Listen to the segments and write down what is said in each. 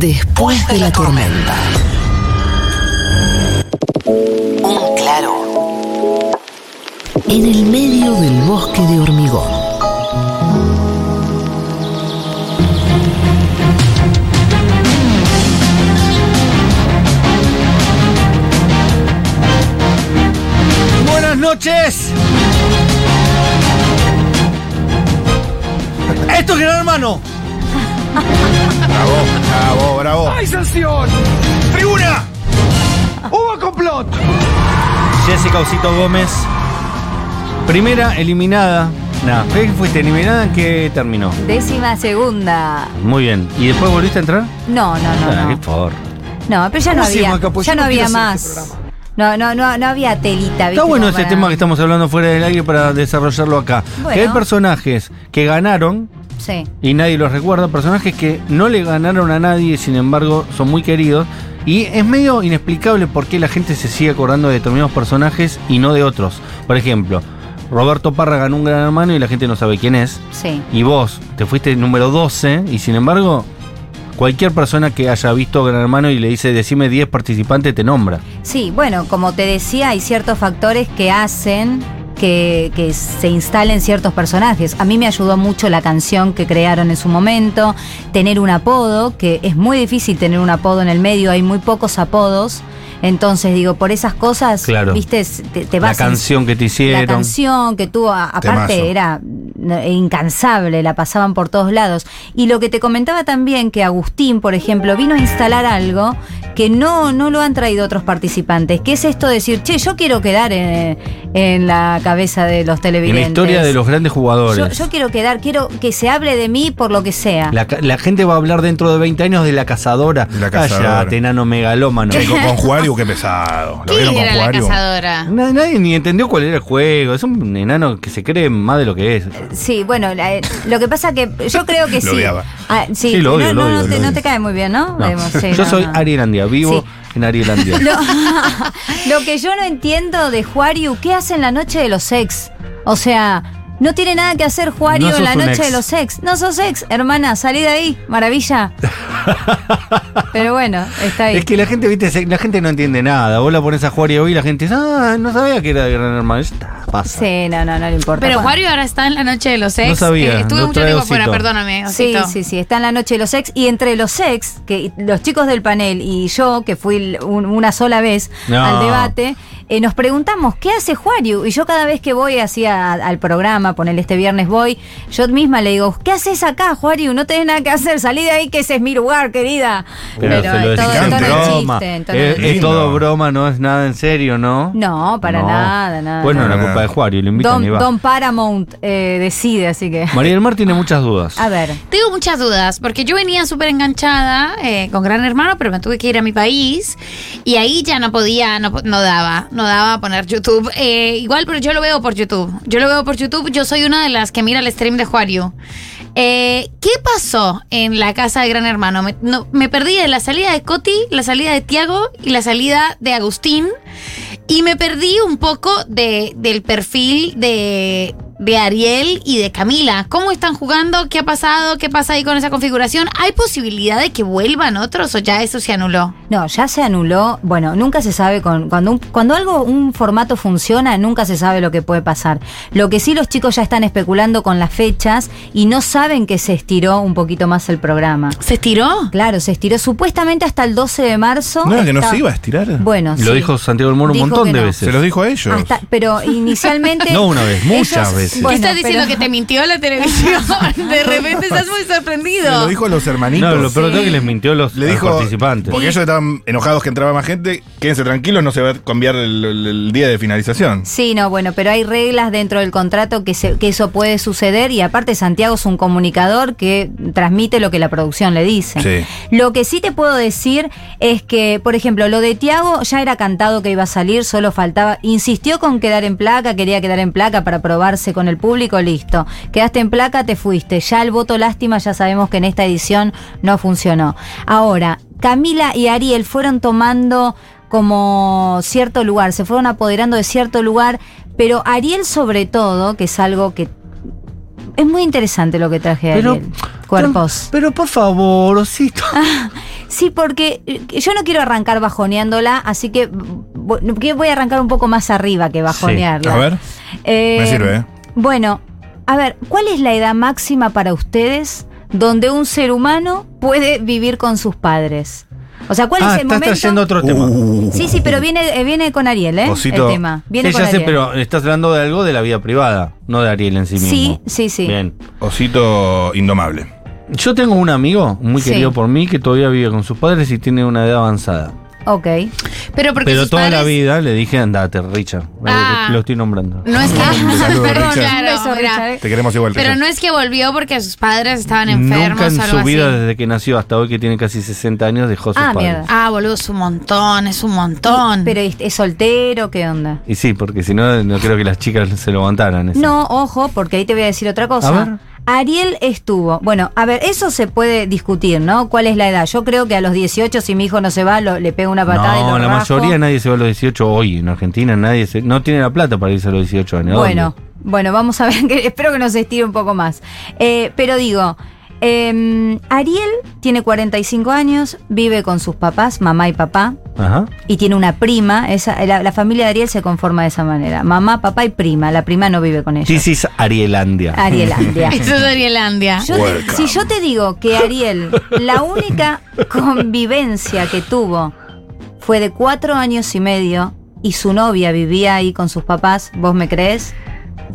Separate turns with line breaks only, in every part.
Después de la tormenta. Un claro. En el medio del bosque de hormigón.
Buenas noches. Esto es Gran Hermano.
Bravo, bravo, bravo.
¡Hay sanción!
¡Tribuna!
¡Hubo complot!
Jessica Osito Gómez. Primera eliminada. Nada, fuiste eliminada en qué terminó.
Décima segunda.
Muy bien. ¿Y después volviste a entrar?
No, no, no.
Ah,
No,
qué por.
No, pero ya no
¿Cómo hacemos
había,
acá? Pues
ya
yo
no
no quiero
había
hacer
más.
este
No, no, no, no había telita. ¿viste?
Está bueno
Como
ese
para-
tema que estamos hablando fuera del aire para desarrollarlo acá.
Bueno.
Que hay personajes que ganaron
Sí.
y nadie los recuerda, personajes que no le ganaron a nadie y sin embargo son muy queridos. Y es medio inexplicable por qué la gente se sigue acordando de determinados personajes y no de otros. Por ejemplo, Roberto Parra ganó un gran hermano y la gente no sabe quién es.
Sí.
Y vos te fuiste número 12 y sin embargo, cualquier persona que haya visto Gran Hermano y le dice decime 10 participantes te nombra.
Sí, bueno, como te decía, hay ciertos factores que hacen que, que se instalen ciertos personajes. A mí me ayudó mucho la canción que crearon en su momento, tener un apodo, que es muy difícil tener un apodo en el medio, hay muy pocos apodos. Entonces, digo, por esas cosas,
Claro.
viste, s- te, te
La
vas... en-
canción que te
La
hicieron.
canción que tuvo, a- aparte
Temazo.
era eh, incansable, la pasaban por todos lados. Y lo que te comentaba también, que Agustín, por ejemplo, vino a instalar algo que no, no lo han traído otros participantes, que es esto de decir, che, yo quiero quedar en, en la cabeza de los
En
televidentes.
la historia de los grandes
yo,
jugadores.
yo quiero quedar, quiero que se hable de mí por lo que sea.
La, ca- la gente va a hablar dentro de 20 años de la cazadora.
La cazadora.
Cállate, enano megalómano.
Che, con, con Juario, qué pesado. ¿Lo vieron
¿Quién
con
era la
Juario?
cazadora?
Na- Nadie ni entendió cuál era el juego. Es un enano que se cree más de lo que es.
Sí, bueno, la- eh, lo que pasa que yo creo que
Lo
sí.
odiaba.
Ah, sí,
Sí, lo odio, lo
no, no,
odio,
no te,
lo
no
odio.
te cae muy bien, ¿no?
No.
Vemos, sí,
Yo
no,
soy
no.
Arielandia, vivo
Sí.
en Arielandia.
Lo, lo que yo no entiendo de Juario, ¿qué hace en la noche de los ex? O sea, no tiene nada que hacer Juario
No
en
sos
la
un
noche
ex.
de los ex. No sos ex, hermana, salí de ahí, maravilla. Pero bueno, está ahí.
Es que la gente, viste, se- la gente no entiende nada. Vos la pones a jugar y hoy la gente dice, ah, no sabía que era de Gran Hermano. Ya está, pasa.
Sí, no, no, no le importa.
Pero
Bueno.
Wario ahora está en la noche de los ex. Eh,
No sabía,
estuve
lo
mucho
trae
tiempo
Osito.
fuera, perdóname.
Sí,
Osito.
sí, sí, está en la noche de los ex y entre los ex, que los chicos del panel y yo, que fui l- un- una sola vez
No.
al debate, eh, nos preguntamos, ¿qué hace Juario? Y yo cada vez que voy así a- al programa, ponele este viernes voy, yo misma le digo, ¿qué haces acá, Juario? No tenés nada que hacer, salí de ahí que ese es mi lugar, querida.
Pero se lo
en todo,
decís
en
en
tono de
broma. Eh,
chiste, en tono de
Es, es
chiste.
todo broma, no es nada en serio, ¿no?
No, para nada, nada,
Bueno,
nada.
la culpa de Juario, lo invitan y
Don,
va.
Don Paramount eh, decide, así que...
María del Mar tiene muchas dudas.
A ver,
Tengo muchas dudas, porque yo venía súper enganchada eh, con Gran Hermano, pero me tuve que ir a mi país y ahí ya no podía, no, po- no daba, no daba poner YouTube. Eh, igual, pero yo lo veo por YouTube. Yo lo veo por YouTube, yo soy una de las que mira el stream de Juario. Eh, ¿Qué pasó en la casa de Gran Hermano? Me, no- me perdí de la salida de Coti, la salida de Tiago y la salida de Agustín. Y me perdí un poco de, del perfil de, de Ariel y de Camila. ¿Cómo están jugando? ¿Qué ha pasado? ¿Qué pasa ahí con esa configuración? ¿Hay posibilidad de que vuelvan otros o ya eso se anuló?
No, ya se anuló. Bueno, nunca se sabe con, cuando un- cuando algo un formato funciona, nunca se sabe lo que puede pasar. Lo que sí los chicos ya están especulando con las fechas y no saben que se estiró un poquito más el programa.
¿Se estiró?
Claro, se estiró supuestamente hasta el 12 de marzo.
No, era que no
Está-
se iba a estirar.
Bueno,
Lo
sí.
dijo Santiago del Moro un
Dijo
montón
que
de
no.
veces.
Se los dijo a ellos.
Hasta- pero inicialmente
No una vez, muchas veces.
¿Qué
Bueno,
estás diciendo
pero-
que te mintió la televisión? De repente estás muy
Se
sorprendido.
lo dijo a los hermanitos.
No, lo peor de todo es que les mintió a los,
Le
a los
dijo,
participantes.
porque ellos estaban enojados que entraba más gente, quédense tranquilos, no se va a cambiar el, el- el día de finalización.
Sí, no, bueno, pero hay reglas dentro del contrato que, se- que eso puede suceder y aparte Santiago es un comunicador que transmite lo que la producción le dice.
Sí.
Lo que sí te puedo decir es que, por ejemplo, lo de Tiago ya era cantado que iba a salir, solo faltaba, insistió con quedar en placa, quería quedar en placa para probarse con el público, listo. Quedaste en placa, te fuiste. Ya el voto lástima, ya sabemos que en esta edición no funcionó. Ahora, Camila y Ariel fueron tomando como cierto lugar, se fueron apoderando de cierto lugar, pero Ariel sobre todo, que es algo que es muy interesante lo que traje
Pero-
Ariel. Cuerpos. Ah,
Pero, pero por favor, Osito.
Sí, porque eh, yo no quiero arrancar bajoneándola, así que vo- que voy a arrancar un poco más arriba que bajonearla.
A ver.
Eh,
Me sirve, ¿eh?
Bueno, a ver, ¿cuál es la edad máxima para ustedes donde un ser humano puede vivir con sus padres? O sea, ¿cuál
ah,
es el
estás
momento?
trayendo otro tema.
Uh.
Sí, sí, pero viene, eh, viene con Ariel, ¿eh?
Osito.
El tema. Viene
Sí,
con
ya sé,
Ariel.
pero estás hablando de algo de la vida privada, no de Ariel en sí mismo.
Sí, sí, sí.
Bien.
Osito indomable.
Yo tengo un amigo muy
Sí.
querido por mí que todavía vive con sus padres y tiene una edad avanzada.
Ok.
Pero porque
Pero
sus
toda la
padres-
vida le dije, andate, Richard. eh,
Ah.
Lo estoy nombrando.
No es que.
Saludos,
Perdón,
Richard.
claro,
Un beso,
mira.
Richard.
Te queremos igual,
Pero
Richard.
no es que volvió porque sus padres estaban enfermos
Nunca en
o algo
su vida,
así.
desde que nació hasta hoy, que tiene casi 60 años, dejó a sus
Ah,
padres.
mierda.
Ah, boludo, es un montón, es un montón.
Pero es, es soltero, ¿qué onda?
Y sí, porque si no, no creo que las chicas se lo aguantaran. eso.
No, ojo, porque ahí te voy a decir otra cosa.
A ver.
Ariel estuvo. Bueno, a ver, eso se puede discutir, ¿no? ¿Cuál es la edad? Yo creo que a los 18, si mi hijo no se va, lo- le pego una patada y
No,
lo
la
rajo.
mayoría nadie se va a los 18 hoy en Argentina, nadie se, no tiene la plata para irse a los 18 años.
Bueno, bueno, vamos a ver, que- espero que nos estire un poco más. Eh, pero digo, eh, Ariel tiene 45 años, vive con sus papás, mamá y papá,
¿Dónde? Ajá.
y tiene una prima. Esa, la, la familia de Ariel se conforma de esa manera. Mamá, papá y prima. La prima no vive con ellos.
This is Arielandia.
Arielandia.
Eso es Arielandia.
Yo te- si yo te digo que Ariel, la única convivencia que tuvo fue de cuatro años y medio y su novia vivía ahí con sus papás, ¿vos me crees?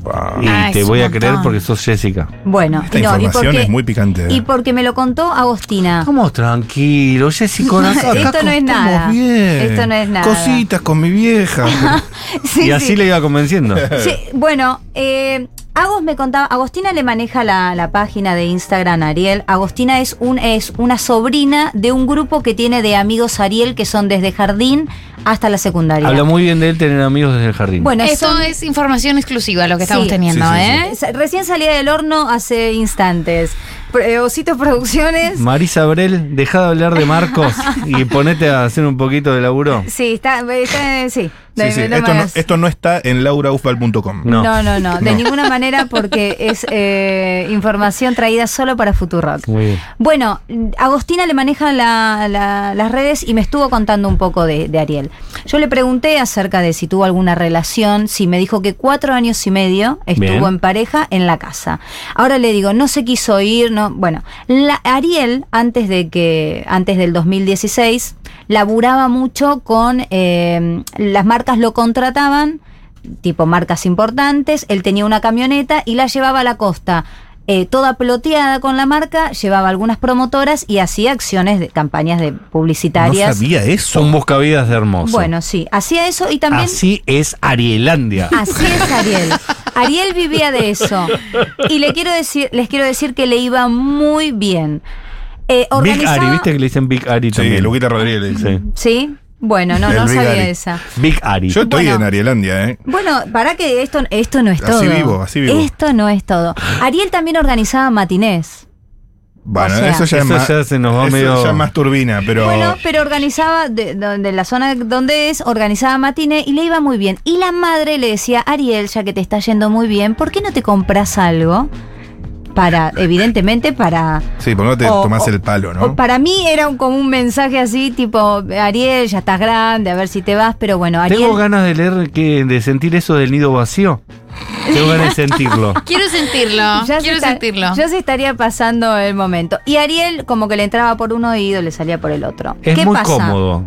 Pa.
Y
Ah,
te
es
voy
un
a creer
montón.
porque sos Jessica.
Bueno,
Esta
y no, y
información
porque,
es muy picante. ¿eh?
y porque me lo contó Agostina.
Estamos tranquilos, Jessica. Acá, acá
Esto no es
contamos
nada.
bien.
Esto no es nada.
Cositas con mi vieja.
Sí,
y así
sí.
le iba convenciendo.
Sí, bueno, eh, Agos me contaba, Agostina le maneja la, la página de Instagram a Ariel. Agostina es, un, es una sobrina de un grupo que tiene de amigos Ariel que son desde jardín hasta la secundaria.
Habla muy bien de él tener amigos desde el jardín.
bueno,
Esto
son-
es información exclusiva lo
Sí.
que estamos teniendo,
Sí, sí, sí.
¿eh?
sa- recién salía del horno hace instantes. Pr- eh, Osito Producciones.
Marisa Brel, deja de hablar de Marcos y ponete a hacer un poquito de laburo.
Sí, está, está- eh, sí.
Sí,
De-
sí,
no
Esto,
me
no,
hagas-
esto no está en lauraufal.com.
No.
no, no, no, de
No.
ninguna manera porque es eh, información traída solo para Futurock.
Muy bien.
Bueno, Agostina le maneja la- la- las redes y me estuvo contando un poco de, de Ariel. Yo le pregunté acerca de si tuvo alguna relación, si me dijo que cuatro años y medio estuvo
Bien.
en pareja en la casa. Ahora le digo, no se quiso ir, no. Bueno, la- Ariel, antes de que, antes del 2016, laburaba mucho con eh, las marcas lo contrataban, tipo marcas importantes, él tenía una camioneta y la llevaba a la costa. eh, toda peloteada con la marca, llevaba algunas promotoras y hacía acciones de campañas de
No
publicitarias.
sabía eso.
Son buscavidas de hermoso.
bueno, sí, hacía eso y también Ah,
Así es Arielandia.
Así es Ariel. Ariel vivía de eso. Y le quiero decir, les quiero decir que le iba muy bien. Eh,
Big
organizaba-
Ari, viste que le dicen Big Ari
Sí,
también.
Luquita Rodríguez le dice.
Sí.
Sí, bueno, no,
El
no
Big
sabía
Ari.
esa.
Big Ari.
Yo estoy
Bueno.
en Arielandia, ¿eh?
Bueno, para que esto, esto no es
Así
todo.
vivo, así vivo.
Esto no es todo. Ariel también organizaba matinés.
Bueno,
O sea,
eso ya es
eso
más.
ya se nos va
eso
medio-
ya es más turbina, pero.
Bueno, pero organizaba, de, de- de la zona donde es, organizaba matiné y le iba muy bien. Y la madre le decía, Ariel, ya que te está yendo muy bien, ¿por qué no te compras algo? Para, evidentemente, para,
sí, porque no te
o-
tomás
o-
el palo,
o
¿no?
Para mí era un, como un mensaje así, tipo, Ariel, ya estás grande, a ver si te vas, pero bueno, Ariel.
Tengo ganas de leer, que, de sentir eso del nido vacío. Tengo ganas de sentirlo.
Quiero sentirlo.
ya se
quiero
está-
sentirlo.
Ya se estaría pasando el momento. Y Ariel, como que le entraba por un oído, le salía por el otro.
Es
¿Qué
muy
pasa?
cómodo.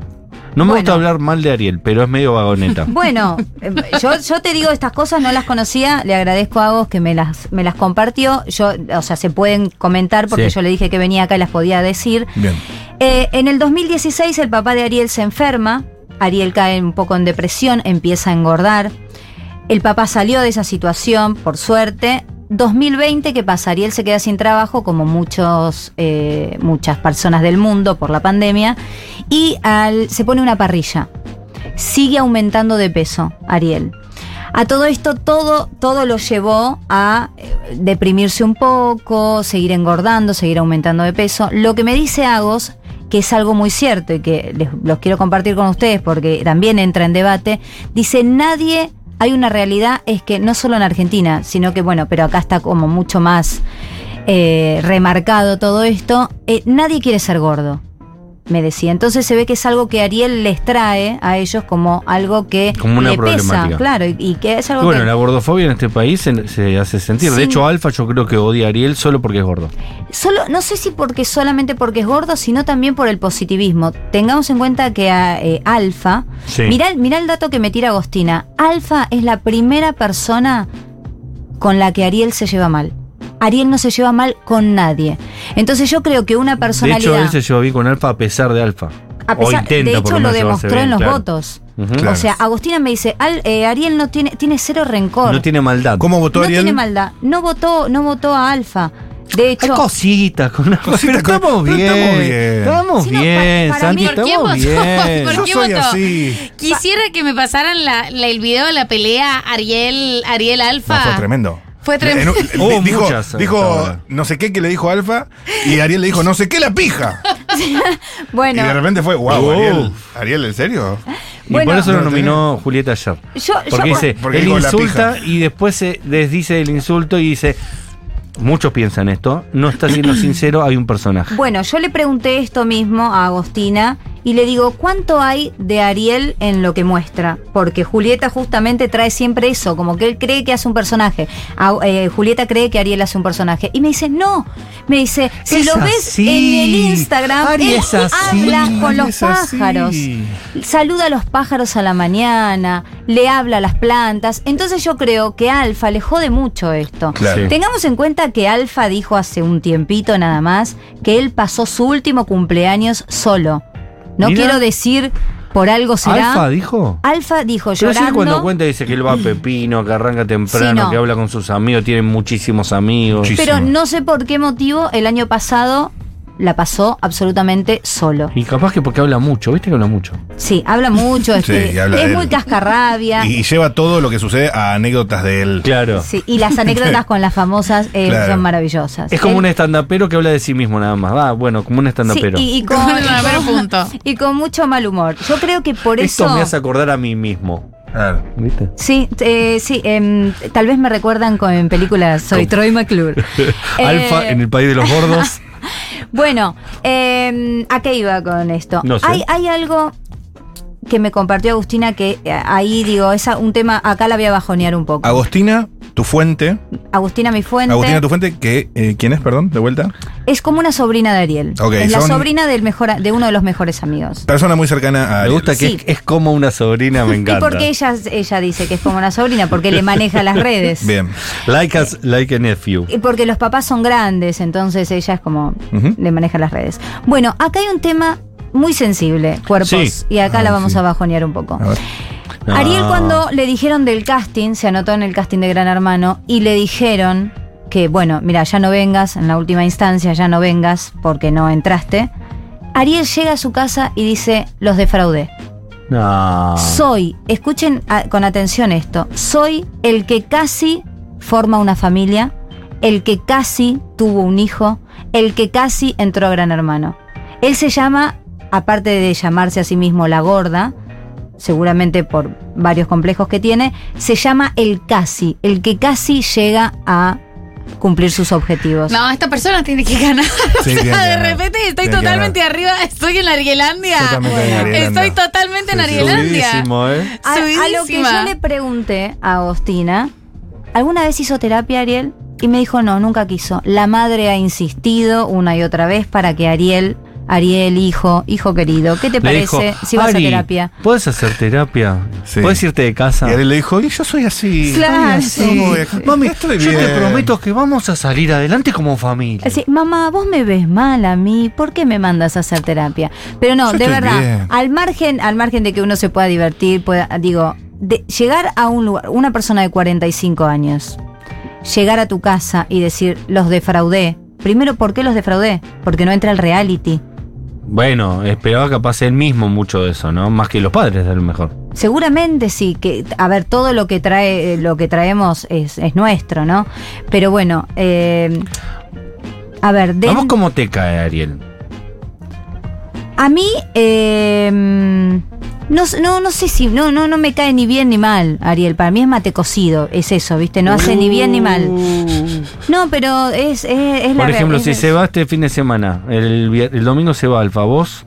No me
Bueno.
gusta hablar mal de Ariel, pero es medio vagoneta.
Bueno, eh, yo, yo te digo, estas cosas no las conocía, le agradezco a vos que me las, me las compartió. Yo, o sea, se pueden comentar porque
Sí.
yo le dije que venía acá y las podía decir.
Bien.
Eh, en el 2016 el papá de Ariel se enferma, Ariel cae un poco en depresión, empieza a engordar. El papá salió de esa situación, por suerte. 2020, ¿qué pasa? Ariel se queda sin trabajo, como muchos, eh, muchas personas del mundo por la pandemia, y al- se pone una parrilla. Sigue aumentando de peso, Ariel. A todo esto, todo, todo lo llevó a eh, deprimirse un poco, seguir engordando, seguir aumentando de peso. Lo que me dice Agos, que es algo muy cierto y que les, los quiero compartir con ustedes porque también entra en debate, dice nadie, hay una realidad, es que no solo en Argentina, sino que bueno, pero acá está como mucho más eh, remarcado todo esto, eh, nadie quiere ser gordo. me decía. Entonces se ve que es algo que Ariel les trae a ellos como algo que
Como una
le pesa,
problemática.
claro, y, y que es
Y
algo
bueno,
que
la gordofobia en este país se, se hace sentir.
Sí.
De hecho, Alfa yo creo que odia a Ariel solo porque es gordo.
solo no sé si porque solamente porque es gordo, sino también por el positivismo. Tengamos en cuenta que a, eh, Alfa,
Sí.
mirá, mirá el dato que me tira Agostina. Alfa es la primera persona con la que Ariel se lleva mal. Ariel no se lleva mal con nadie. Entonces yo creo que una
De
personalidad
hecho, él se lleva bien con Alfa a pesar de Alfa.
A pesar-
o intenta,
de
por
hecho, lo
menos, llevarse
demostró
bien,
en los
claro.
votos.
Ujú.
Claro.
O sea, Agustina me dice, "Al- eh, Ariel no tiene, tiene cero rencor.
No tiene maldad.
¿Cómo votó
No
Ariel?
tiene maldad. No votó, no votó a Alfa. De
Hay
hecho,
cositas, con
Cositas,
pero estamos
pero
bien.
estamos bien.
Estamos
Sí, no,
bien,
para- para
Santi,
mí-
¿Por qué
estamos
votó?
bien.
¿Por
Yo
qué
soy
votó?
así.
Quisiera que me pasaran la, la- el video de la pelea Ariel, Ariel
No,
Alfa.
fue tremendo.
Fue tremendo.
En un-
Hubo
dijo
muchas,
dijo
estaba.
no sé qué que le dijo Alfa y Ariel le dijo no sé qué la pija. Y
bueno,
de repente fue, wow,
Oh.
Ariel, Ariel, ¿en serio?
Y
Bueno.
por eso lo
No,
nominó Julieta ayer.
yo, yo-
Porque dice,
porque
él
dijo la
insulta
pija.
y después se desdice el insulto y dice, muchos piensan esto, no está siendo sincero, hay un personaje.
bueno, yo le pregunté esto mismo a Agostina y le digo, ¿cuánto hay de Ariel en lo que muestra? Porque Julieta justamente trae siempre eso, como que él cree que hace un personaje. A- eh, Julieta cree que Ariel hace un personaje. Y me dice, no. Me dice, si
Es
lo ves
así.
en el Instagram,
Ari
él
es así.
habla con
Ari
los
es así.
pájaros. saluda a los pájaros a la mañana, le habla a las plantas. Entonces yo creo que a Alfa le jode mucho esto.
Claro.
Tengamos en cuenta que Alfa dijo hace un tiempito nada más que él pasó su último cumpleaños solo. No
Mira.
quiero decir por algo será.
¿Alfa
Alfa,
dijo?
dijo
Pero sí cuando
llorando. Mm.
cuenta dice que él va a Pepino, que arranca temprano,
Sí, no.
que habla con sus amigos, tiene muchísimos amigos.
Muchísimo.
Pero no sé por qué motivo el año pasado la pasó absolutamente solo.
Y capaz que porque habla mucho, ¿viste que habla mucho?
Sí, habla mucho, es,
Sí,
que-
y habla
es
de
muy
él.
cascarrabia.
Y lleva todo lo que sucede a anécdotas de él.
Claro.
Sí, y las anécdotas con las famosas eh,
Claro.
son maravillosas.
Es como
Él-
un estandapero que habla de sí mismo nada más. Ah, bueno, como un
Sí,
estandapero.
y, y con,
Como
y
el primer
con-
punto.
y con mucho mal humor. Yo creo que por
Esto
eso.
me hace acordar a mí mismo.
Claro.
¿Viste?
Sí, eh, sí, em, tal vez me recuerdan con en películas Soy Troy McClure. Eh,
Alfa en el país de los gordos.
Bueno, em, ¿a qué iba con esto?
No sé.
Hay, hay algo que me compartió Agustina que eh, ahí digo, es un tema, acá la voy a bajonear un poco.
Agostina, tu fuente.
Agustina, mi fuente,
Agostina, tu fuente, que, eh, ¿quién es, perdón? De vuelta.
es como una sobrina de Ariel.
Ok,
es la
son-
sobrina del mejor, a- de uno de los mejores amigos.
Persona muy cercana a
Me
Ariel.
gusta que
Sí.
es, es como una sobrina, me
Y
encanta.
porque ella, ella dice que es como una sobrina, porque le maneja las redes.
Bien.
Like, as, like a nephew.
Y porque los papás son grandes, entonces ella es como
Ujú.
le maneja las redes. Bueno, acá hay un tema muy sensible, cuerpos,
Sí.
y acá
Ah,
la vamos
sí.
a bajonear un poco.
A ver. Ah.
No.
Ariel cuando le dijeron del casting, se anotó en el casting de Gran Hermano y le dijeron que, bueno, mira, ya no vengas, en la última instancia ya no vengas porque no entraste. Ariel llega a su casa y dice, los defraudé.
No.
Soy, escuchen a- con atención esto, soy el que casi forma una familia, el que casi tuvo un hijo, el que casi entró a Gran Hermano. Él se llama, aparte de llamarse a sí mismo la gorda, seguramente por varios complejos que tiene, se llama el casi, el que casi llega a cumplir sus objetivos.
No, esta persona tiene que ganar.
Sí, tiene
O sea,
que
de
ganar.
repente estoy
Tiene que
totalmente arriba. Estoy en la Arguelandia.
Totalmente en Arguelandia.
Estoy totalmente en Arguelandia.
Subidísimo, ¿eh?
A, a lo que
Subidísima.
yo le pregunté a Agostina, ¿alguna vez hizo terapia Ariel? Y me dijo, no, nunca quiso. La madre ha insistido una y otra vez para que Ariel, Ariel, hijo, hijo querido, ¿qué te
Le
parece
dijo,
si vas
"Ari,
a terapia?
¿Puedes hacer terapia?
Sí.
¿Puedes irte de casa?
Y Ariel le dijo, y yo soy así.
Claro,
soy así.
Ah, sí.
Voy a-
Mami,
Estoy
yo te
bien.
prometo que vamos a salir adelante como familia.
Así, Eh, mamá, vos me ves mal a mí, ¿por qué me mandas a hacer terapia? Pero no,
Yo
de
estoy
verdad,
bien.
al margen, al margen de que uno se pueda divertir, pueda, digo, de llegar a un lugar, una persona de 45 años, llegar a tu casa y decir, los defraudé. Primero, ¿por qué los defraudé? Porque no entra el reality.
Bueno, esperaba capaz él mismo mucho de eso, ¿no? Más que los padres, a lo mejor.
Seguramente sí, que a ver, todo lo que trae, eh, lo que traemos es, es nuestro, ¿no? Pero bueno, eh, a ver, de,
Vamos como te cae, Ariel.
A mí, eh, no, s- no, no sé si, no, no, no me cae ni bien ni mal, Ariel. Para mí es mate cocido, es eso, ¿viste? No hace ni bien ni mal. No, pero es, es, es la
Por
re-
ejemplo,
es-
si se va este fin de semana, el, vier- el domingo se va Alfa, vos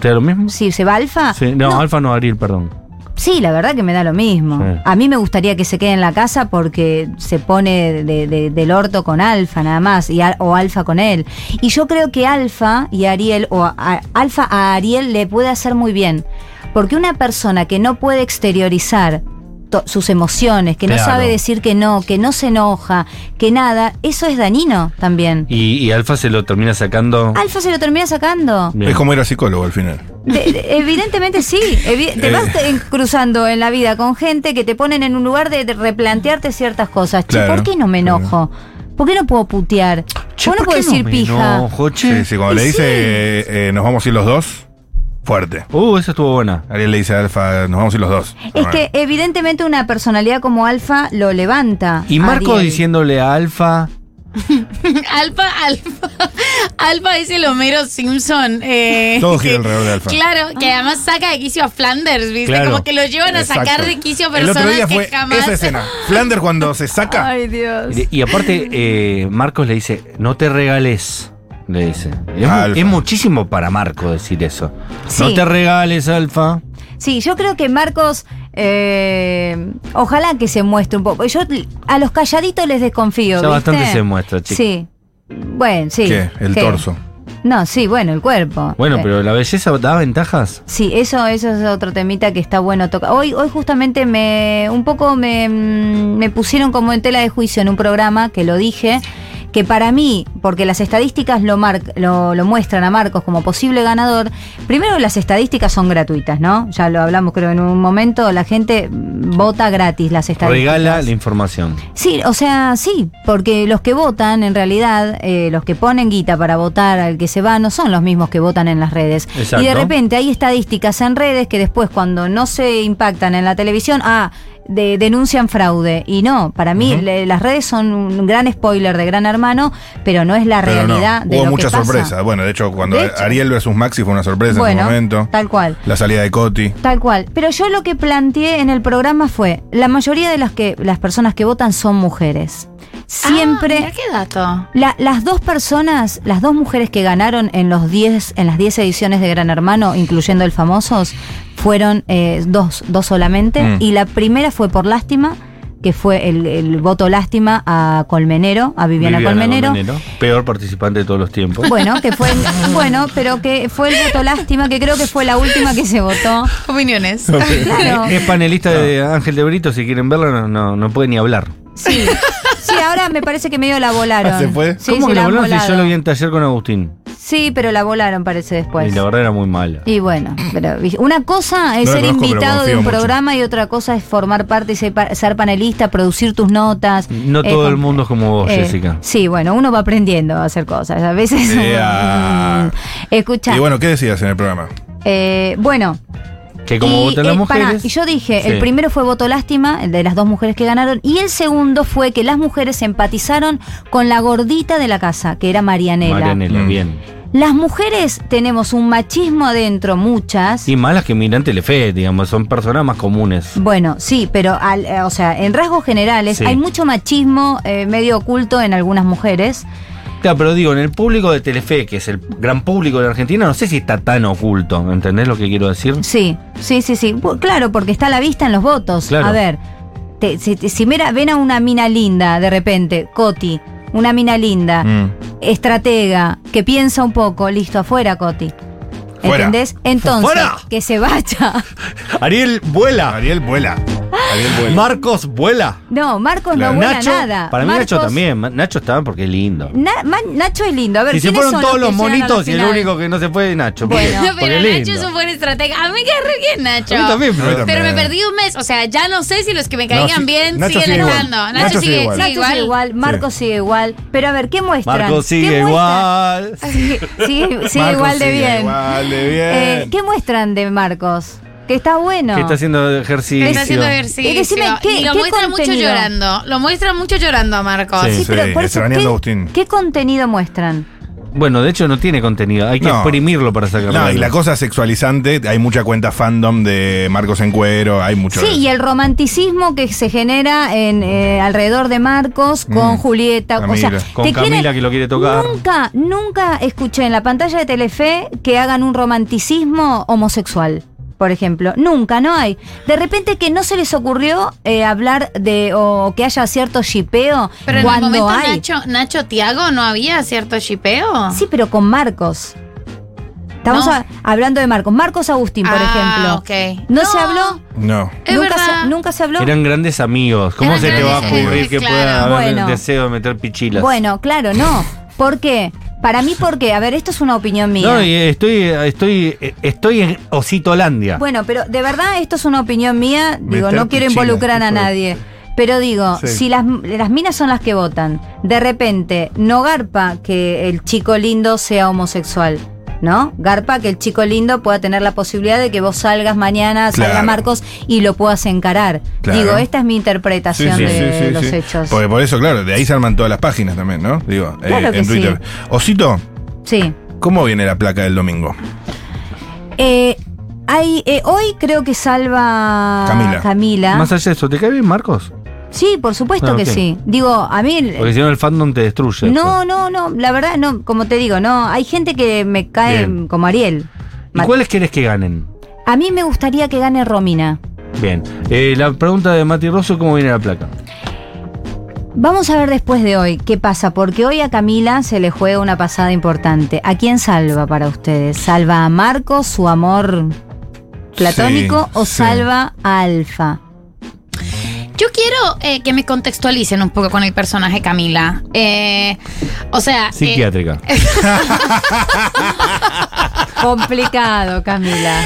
¿Te da lo mismo?
Sí, se va Alfa.
Sí, no, Alfa no, Ariel, perdón.
Sí, la verdad que me da lo mismo.
Sí.
A mí me gustaría que se quede en la casa porque se pone de- de- del orto con Alfa nada más, y al- o Alfa con él. Y yo creo que Alfa y Ariel, o a- a- Alfa a Ariel le puede hacer muy bien. Porque una persona que no puede exteriorizar to- sus emociones, que no
Claro.
sabe decir que no, que no se enoja, que nada, eso es dañino también.
Y, y Alfa se lo termina sacando.
Alfa se lo termina sacando.
Bien.
Es como ir a psicólogo al final.
De- de- evidentemente sí. Evi- te
Eh.
vas te- en- cruzando en la vida con gente que te ponen en un lugar de, de replantearte ciertas cosas. Che,
Claro,
¿por qué no me
claro.
enojo? ¿Por qué no puedo putear?
Che,
¿Por qué no puedo
qué
decir
me
pija?
enojo, che?
Sí, sí, cuando
Y
le dice
sí.
eh, eh, nos vamos a ir los dos, fuerte.
Uh, esa estuvo buena.
Ariel le dice a Alfa, nos vamos a ir los dos.
Es que evidentemente una personalidad como Alfa lo levanta.
Y Marco
Ariel.
diciéndole a Alfa.
Alfa, Alfa, Alfa es el Homero Simpson. eh,
Todo
que-
gira alrededor de Alfa.
Claro,
Ah.
que además saca de quicio a Flanders, ¿viste?
Claro.
Como que lo llevan a sacar
Exacto.
de quicio a
El
personas
otro día
que
fue
jamás.
esa escena. Flanders cuando se saca.
Ay, Dios.
Y aparte, eh, Marcos le dice, no te regales. Le dice. Es, mu-
Alfa.
es muchísimo para Marco decir eso. No
Sí.
te regales, Alfa.
Sí, yo creo que Marcos, eh, ojalá que se muestre un poco. Yo a los calladitos les desconfío.
Ya
¿viste?
bastante se muestra, chico.
Sí. Bueno, sí.
¿Qué? El torso.
No, sí, bueno, el cuerpo.
Bueno,
Eh,
pero la belleza da ventajas.
Sí, eso, eso es otro temita que está bueno tocar. Hoy, hoy justamente me un poco me, mm, me pusieron como en tela de juicio en un programa que lo dije, que para mí, porque las estadísticas lo, mar- lo, lo muestran a Marcos como posible ganador, primero las estadísticas son gratuitas, ¿no? Ya lo hablamos creo en un momento, la gente mm, vota gratis las estadísticas.
Regala la información.
Sí, o sea, sí, porque los que votan, en realidad, eh, los que ponen guita para votar al que se va, no son los mismos que votan en las redes.
Exacto.
Y de repente hay estadísticas en redes que después, cuando no se impactan en la televisión, ah, de- denuncian fraude. Y no, para mí le- las redes son un gran spoiler de Gran Hermano, pero no es la
Pero no,
realidad de
hubo
lo
mucha
que pasa.
sorpresa. Bueno, de hecho, cuando
De hecho.
Ariel versus Maxi fue una sorpresa en
Bueno,
su momento.
tal cual.
La salida de Coti.
Tal cual. Pero yo lo que planteé en el programa fue, la mayoría de las que las personas que votan son mujeres. Siempre
Ah, mirá qué dato.
La- las dos personas, las dos mujeres que ganaron en los 10, en las 10 ediciones de Gran Hermano, incluyendo el famosos, fueron eh, dos, dos solamente.
Mm.
Y la primera fue por lástima, que fue el, el voto lástima a Colmenero, a Viviana, Colmenero.
Peor participante de todos los tiempos.
Bueno, que fue el- bueno, pero que fue el voto lástima, que creo que fue la última que se votó.
Opiniones.
Claro.
Es panelista de Ángel de Brito, si quieren verla, no, no, no puede ni hablar.
Sí. Sí, ahora me parece que medio la volaron.
¿Se fue?
Ah,
Sí,
¿Cómo
sí,
que
la
la
han
volaron si yo lo
volado.
vi en taller con Agustín?
Sí, pero la volaron parece después.
y la verdad era muy mala.
Pues. Y bueno, pero vi- una cosa es
No la
ser
conozco, pero
invitado de
confío
un
mucho.
programa y otra cosa es formar parte y ser, pa- ser panelista, producir tus notas.
No
Eh,
todo el
con-
mundo es como vos,
eh,
Jessica.
Sí, bueno, uno va aprendiendo a hacer cosas. A veces.
Ea.
Mm, Escucha.
ah. Y
bueno,
bueno, ¿qué decías en el programa?
eh, bueno
Que como
y,
votan las
eh, pará,
mujeres.
y yo dije,
Sí.
el primero fue voto lástima, el de las dos mujeres que ganaron, y el segundo fue que las mujeres empatizaron con la gordita de la casa, que era Marianela.
Marianela,
Mm.
bien.
Las mujeres tenemos un machismo adentro, muchas.
Y malas que miran Telefe, digamos, son personas más comunes.
Bueno, sí, pero al- eh, o sea, en rasgos generales
Sí.
hay mucho machismo eh, medio oculto en algunas mujeres.
Claro, pero digo, en el público de Telefe, que es el gran público de la Argentina, no sé si está tan oculto. ¿Entendés lo que quiero decir?
Sí, sí, sí, sí. Bu- claro, porque está a la vista en los votos.
Claro.
A ver, te- si, te- si mira, ven a una mina linda de repente, Coti, una mina linda,
Mm.
estratega, que piensa un poco, listo, afuera, Coti.
Fuera.
¿Entendés? Entonces,
Fuera.
que se vaya.
Ariel, vuela.
Ariel vuela.
Ah.
Ariel vuela.
Marcos, vuela.
No, Marcos
Claro.
no vuela nada.
Para mí Nacho
Marcos-
también. Ma- Nacho estaba porque es lindo.
Na- Ma- Nacho es lindo. A ver,
Si se
¿quiénes
fueron
son
todos los
que llegan a la
monitos y el
final?
único que no se fue es Nacho. porque-
Bueno.
No,
porque
pero
es
Nacho
lindo.
es un buen estratega. A mí me cae re bien, Nacho.
A mí también,
A mí
pero-
también.
Pero me perdí un mes. O sea, ya no sé si los que me
No,
caigan
sí,
bien
Nacho
siguen
sigue igual.
estando. Nacho,
Nacho
sigue,
sigue igual.
sigue
Nacho sigue
igual.
igual, Marco sigue igual. Pero a ver, ¿qué muestran?
Marcos
¿Qué
sigue
muestran?
igual.
Sí, sigue, sigue
Marcos
igual de
sigue
bien.
Igual de
Eh,
bien.
¿Qué muestran de Marcos? Que está bueno.
Que está haciendo ejercicio.
Está haciendo ejercicio.
Y decime, ¿qué-
y lo
qué
muestra mucho
contenido?
llorando. Lo muestra mucho llorando a Marcos.
Sí.
Sí, pero por eso,
extrañando a
¿qué,
Agustín.
qué contenido muestran?
Bueno, de hecho no tiene contenido, hay que
No.
exprimirlo para sacarlo.
No, y la cosa sexualizante, hay mucha cuenta fandom de Marcos en cuero, hay mucho.
Sí, y el romanticismo que se genera en, eh, alrededor de Marcos con
Mm.
Julieta.
Camila.
o sea,
Con
te quieren-
Camila que lo quiere tocar.
Nunca, nunca escuché en la pantalla de Telefe que hagan un romanticismo homosexual. Por ejemplo, nunca, no hay. De repente que no se les ocurrió eh, hablar de o que haya cierto shipeo
Pero en el
cuando
momento
hay.
Nacho, Nacho Tiago no había cierto chipeo.
Sí, pero con Marcos. Estamos
No.
a- hablando de Marcos. Marcos Agustín, por
Ah,
ejemplo.
ok.
No,
No.
se habló.
No.
Es
nunca,
verdad.
se, nunca se habló.
Eran grandes amigos. ¿Cómo
Eran
se te va a
grandes amigos,
ocurrir que
claro.
pueda haber
Bueno.
deseo de meter pichilas?
Bueno, claro, no. ¿Por qué? Para mí, ¿por qué? A ver, esto es una opinión mía.
No, y estoy, estoy, estoy en Ositolandia.
Bueno, pero de verdad esto es una opinión mía, digo,
Meter
no quiero
pichina,
involucrar a
hijo de-
nadie. Pero digo,
Sí.
si las, las minas son las que votan, de repente no garpa que el chico lindo sea homosexual, ¿no? Garpa que el chico lindo pueda tener la posibilidad de que vos salgas mañana, salga
Claro.
Marcos y lo puedas encarar.
Claro.
Digo, esta es mi interpretación
Sí, sí,
de
sí,
los
sí. Pues,
hechos.
Porque por eso, claro, de ahí se arman todas las páginas también, ¿no? Digo, eh,
Claro que
en Twitter. Osito,
Sí.
¿cómo viene la placa del domingo?
Eh, hay, eh, hoy creo que salva
Camila.
Más allá de eso, ¿te cae bien, Marcos?
Sí, por supuesto
Ah,
que
ok.
sí. Digo, a mí... eh,
Porque si no, el fandom te destruye.
No, no, no, la verdad, no, como te digo, no, hay gente que me cae
Bien.
como Ariel.
¿Y
Mal.
cuáles querés que ganen?
A mí me gustaría que gane Romina.
Bien. Eh, la pregunta de Mati Rosso, ¿cómo viene la placa?
Vamos a ver después de hoy qué pasa, porque hoy a Camila se le juega una pasada importante. ¿A quién salva para ustedes? ¿Salva a Marco, su amor platónico,
Sí,
o
sí.
salva a Alfa?
Yo quiero eh, que me contextualicen un poco con el personaje Camila. Eh, o sea. eh,
Psiquiátrica.
Complicado, Camila.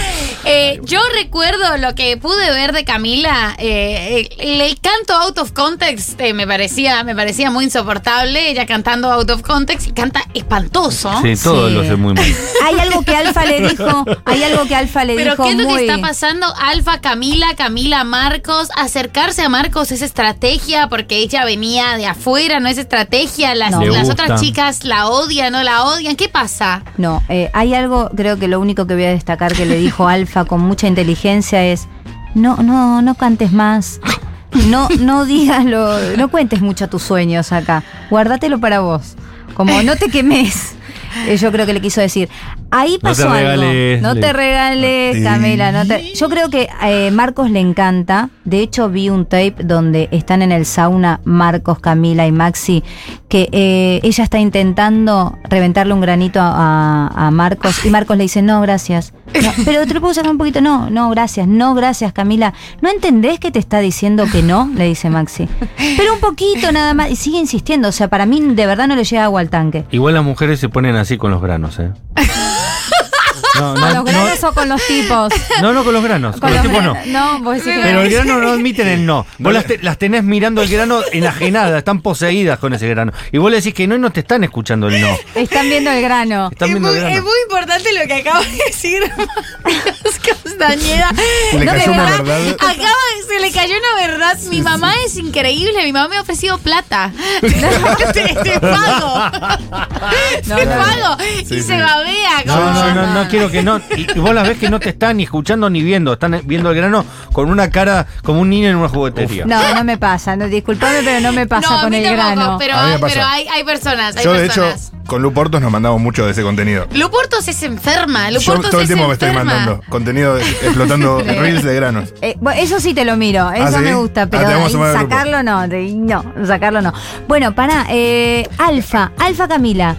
eh, yo recuerdo lo que pude ver de Camila. eh, el, el canto out of context eh, me parecía me parecía muy insoportable. Ella cantando out of context y canta espantoso.
sí, todo
Sí.
lo hace muy mal.
Hay algo que Alfa le dijo, hay algo que Alfa le
Pero
dijo
¿qué es lo
muy-
que está pasando? Alfa, Camila, Camila, Marcos. Acercarse a Marcos es estrategia porque ella venía de afuera, no es estrategia. Las,
No.
Le
las
gusta.
otras chicas la odian, no la odian. ¿Qué pasa?
No, eh, hay algo, creo que lo único que voy a destacar que le dijo Alfa con mucha inteligencia es, no, no, no cantes más. No, no digas lo, no cuentes mucho tus sueños acá. Guárdatelo para vos. Como no te quemes. Eh, Yo creo que le quiso decir. Ahí
No te
pasó algo.
regales,
no
le-
te regales,
Sí.
Camila. no te- Yo creo que eh, Marcos le encanta. De hecho, vi un tape donde están en el sauna Marcos, Camila y Maxi, que eh, ella está intentando reventarle un granito a, a- a Marcos. Y Marcos le dice, no, gracias. No, pero te lo puedo sacar un poquito. No, no, gracias. No, gracias, Camila. ¿No entendés que te está diciendo que no? Le dice Maxi. Pero un poquito nada más. Y sigue insistiendo. O sea, para mí de verdad no le llega agua al tanque.
Igual las mujeres se ponen así con los granos, ¿eh? No,
¿Con
no,
los
no,
granos o con los tipos?
no, no con los granos. Con
Con
los tipos no.
granos. No, vos decís que
Pero
no.
el grano no admiten el no.
No.
Vos las, te- las tenés mirando el grano enajenada, están poseídas con ese grano. Y vos le decís que no y no te están escuchando el no.
Están viendo el grano.
Están viendo el grano.
importante lo que acaba de decir Marcos Castañeda.
Le
No, de
cayó una
verdad,
verdad.
Acaba, se le cayó una verdad. Mi mamá es increíble. Mi mamá me ha ofrecido plata. te, te pago.
No,
te
no, no.
pago. y
Sí,
se
sí.
babea.
No,
como-
no, no, no quiero que no. Y y vos las ves que no te están ni escuchando ni viendo, están viendo el grano con una cara como un niño en una juguetería.
No, no me pasa. No, disculpame, pero no me pasa
No, a
con
mí
el
tampoco,
grano.
Pero,
A mí me
hay,
pasa.
pero hay, hay personas. Hay
Yo, de hecho,
personas.
con Lu Portos nos mandamos mucho de ese contenido.
Luportos es
Ah,
enferma.
Yo
Luportos
todo el
es
tiempo me estoy
enferma.
mandando contenido de- explotando
Sí.
reels de granos.
Eh, bueno, eso sí te lo miro, eso
¿sí?
me gusta,
Ah,
pero
te vamos a
ahí
sumar al grupo.
sacarlo no, de- no, sacarlo no. Bueno, para Alfa, Alfa Camila.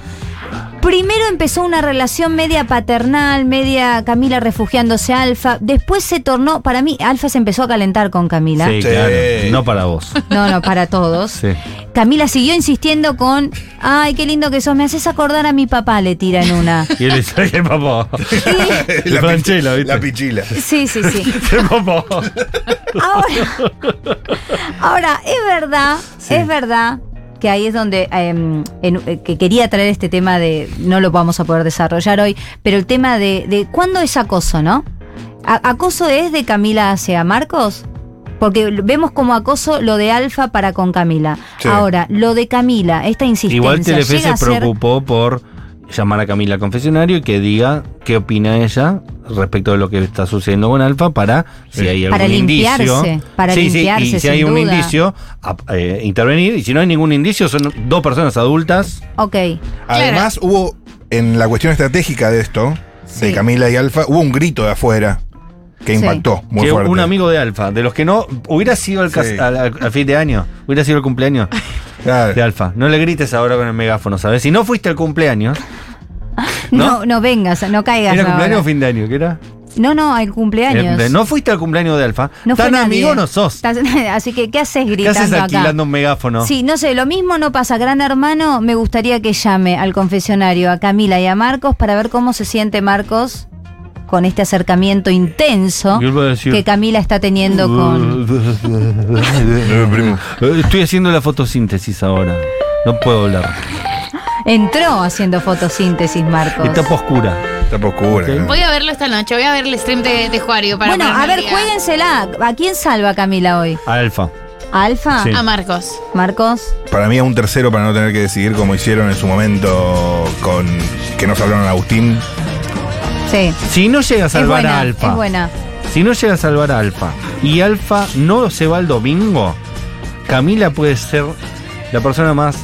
Primero empezó una relación media paternal, media Camila refugiándose a Alfa. Después se tornó, para mí, Alfa se empezó a calentar con Camila.
Sí,
Sí.
claro. No para vos.
No, no, para todos.
Sí.
Camila siguió insistiendo con, ay, qué lindo que sos, me haces acordar a mi papá, le tira en una.
Y él dice, "Ay, papá.
La,
De Franchella,
pi-
¿viste?
la pichila.
Sí, sí, sí.
Ay, papá.
Ahora, ahora es verdad, es verdad que ahí es donde em, en- eh, que quería traer este tema de no lo vamos a poder desarrollar hoy, pero el tema de, de cuándo es acoso, ¿no? A- acoso es de Camila hacia Marcos, porque l- vemos como acoso lo de Alfa para con Camila.
Sí.
Ahora lo de Camila, esta insistencia.
Igual Telefe se
llega a ser-
preocupó por llamar a Camila al confesionario y que diga qué opina ella respecto de lo que está sucediendo con Alfa para si hay
Para
algún
limpiarse,
indicio.
para
Sí, sí,
limpiarse,
y si
sin
hay un
duda.
indicio, a- eh, intervenir. Y si no hay ningún indicio, son dos personas adultas.
Ok.
Además, hubo, en la cuestión estratégica de esto, de
Sí.
Camila y Alfa, hubo un grito de afuera que
Sí.
impactó muy
que
fuerte.
un amigo de Alfa, de los que no hubiera sido el cas-
Sí.
al, al- al fin de año, hubiera sido el cumpleaños
Claro.
de Alfa. No le grites ahora con el megáfono, ¿sabes? Si no fuiste al cumpleaños, ¿No?
No, no vengas, no caigas.
¿era
ahora.
cumpleaños o fin de año? ¿Qué era?
No, no, al
Era
cumpleaños.
cumpleaños. Eh, No fuiste al cumpleaños de Alfa.
No fue
Tan
nadie.
amigo no sos.
Estás- Así que, ¿qué haces
¿Qué
gritando
haces alquilando
acá?
un megáfono?
Sí, no sé, lo mismo no pasa. Gran hermano, me gustaría que llame al confesionario a Camila y a Marcos para ver cómo se siente Marcos con este acercamiento intenso
Yo iba a decir-
que Camila está teniendo con...
Eh, Estoy haciendo la fotosíntesis ahora. No puedo hablar.
Entró haciendo fotosíntesis, Marcos.
Está oscura.
Está poco oscura,
Ok.
claro.
Voy a verlo esta noche, voy a ver el stream de, de Juario para
Bueno,
ponerme
a
al
ver,
día.
jueguensela. ¿A quién salva Camila hoy?
Alfa.
¿A ¿Alfa?
Sí.
A Marcos.
¿Marcos?
Para mí es un tercero para no tener que decidir como hicieron en su momento con que nos hablaron a Agustín.
Sí.
Si no llega a
Es
salvar a
buena,
Alfa.
es buena.
Si no llega a salvar a Alfa y Alfa no se va el domingo, Camila puede ser la persona más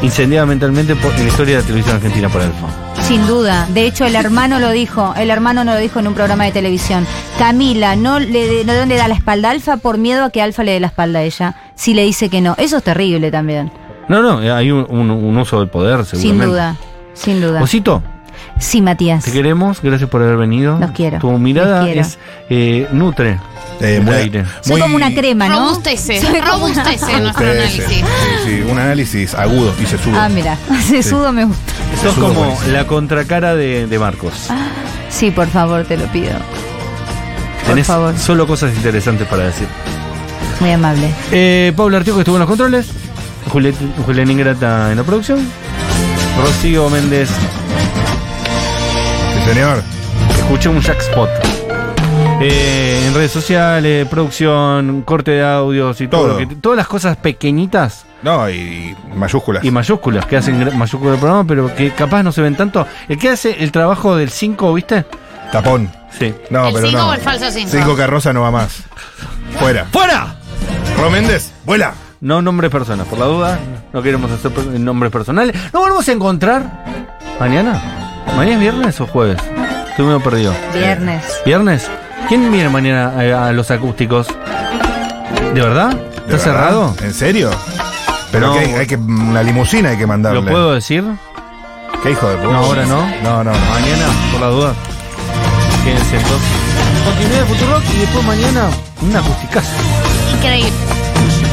incendiada mentalmente por- en la historia de la televisión argentina por Alfa.
Sin duda. De hecho, el hermano lo dijo. El hermano no lo dijo en un programa de televisión. Camila no le, no le da la espalda a Alfa por miedo a que Alfa le dé la espalda a ella. Si le dice que no. Eso es terrible también.
No, no, eh, hay un, un- un uso del poder,
Sin
seguramente.
duda. Sin duda.
Osito,
Sí, Matías.
te queremos, gracias por haber venido.
Los quiero,
Tu mirada
los quiero.
es eh, nutre.
Eh,
el
muy-
aire.
Soy
muy-
como una crema, ¿no?
Robustece,
Soy como-
robustece nuestro
Ustedes,
análisis.
sí, sí, un análisis agudo y se sube.
Ah, mira. Se sudo me gusta.
Sos
Sudo
como
buenísimo.
la contracara de, de Marcos.
Sí, por favor, te lo pido. Ah, Por
Tenés
favor.
solo cosas interesantes para decir.
Muy amable.
Eh, Pablo Artijo que estuvo en los controles. Juliet- Julián Ingrata en la producción. Rocío Méndez
Sí, señor.
escuché un jackspot. Eh, en redes sociales, producción, corte de audios y todo.
Todo.
lo que- todas las cosas pequeñitas
No, y, y mayúsculas.
y mayúsculas que hacen gran- mayúsculas del programa, pero que capaz no se ven tanto. El que hace el trabajo del 5, ¿viste?
Tapón.
Sí.
No,
¿El
pero
cinco
no.
o el falso cinco?
Cinco carroza no va más. Fuera.
¡Fuera!
Roméndez, vuela.
No nombres personas, por la duda, no queremos hacer per- nombres personales. Nos volvemos a encontrar mañana. ¿Mañana es viernes o jueves? Estoy medio perdido.
Viernes.
¿Viernes? ¿Quién viene mañana eh, a, los acústicos? ¿De verdad?
¿De
¿Está
verdad?
cerrado?
¿En serio? Pero
No.
que hay, hay que una limusina hay que mandarle.
¿Lo puedo decir?
¿Qué hijo de puta?
No, ahora no.
No, no. no.
Mañana, por la duda. Quédense entonces. Continuidad de Futurock y después mañana un acusticazo.
Increíble.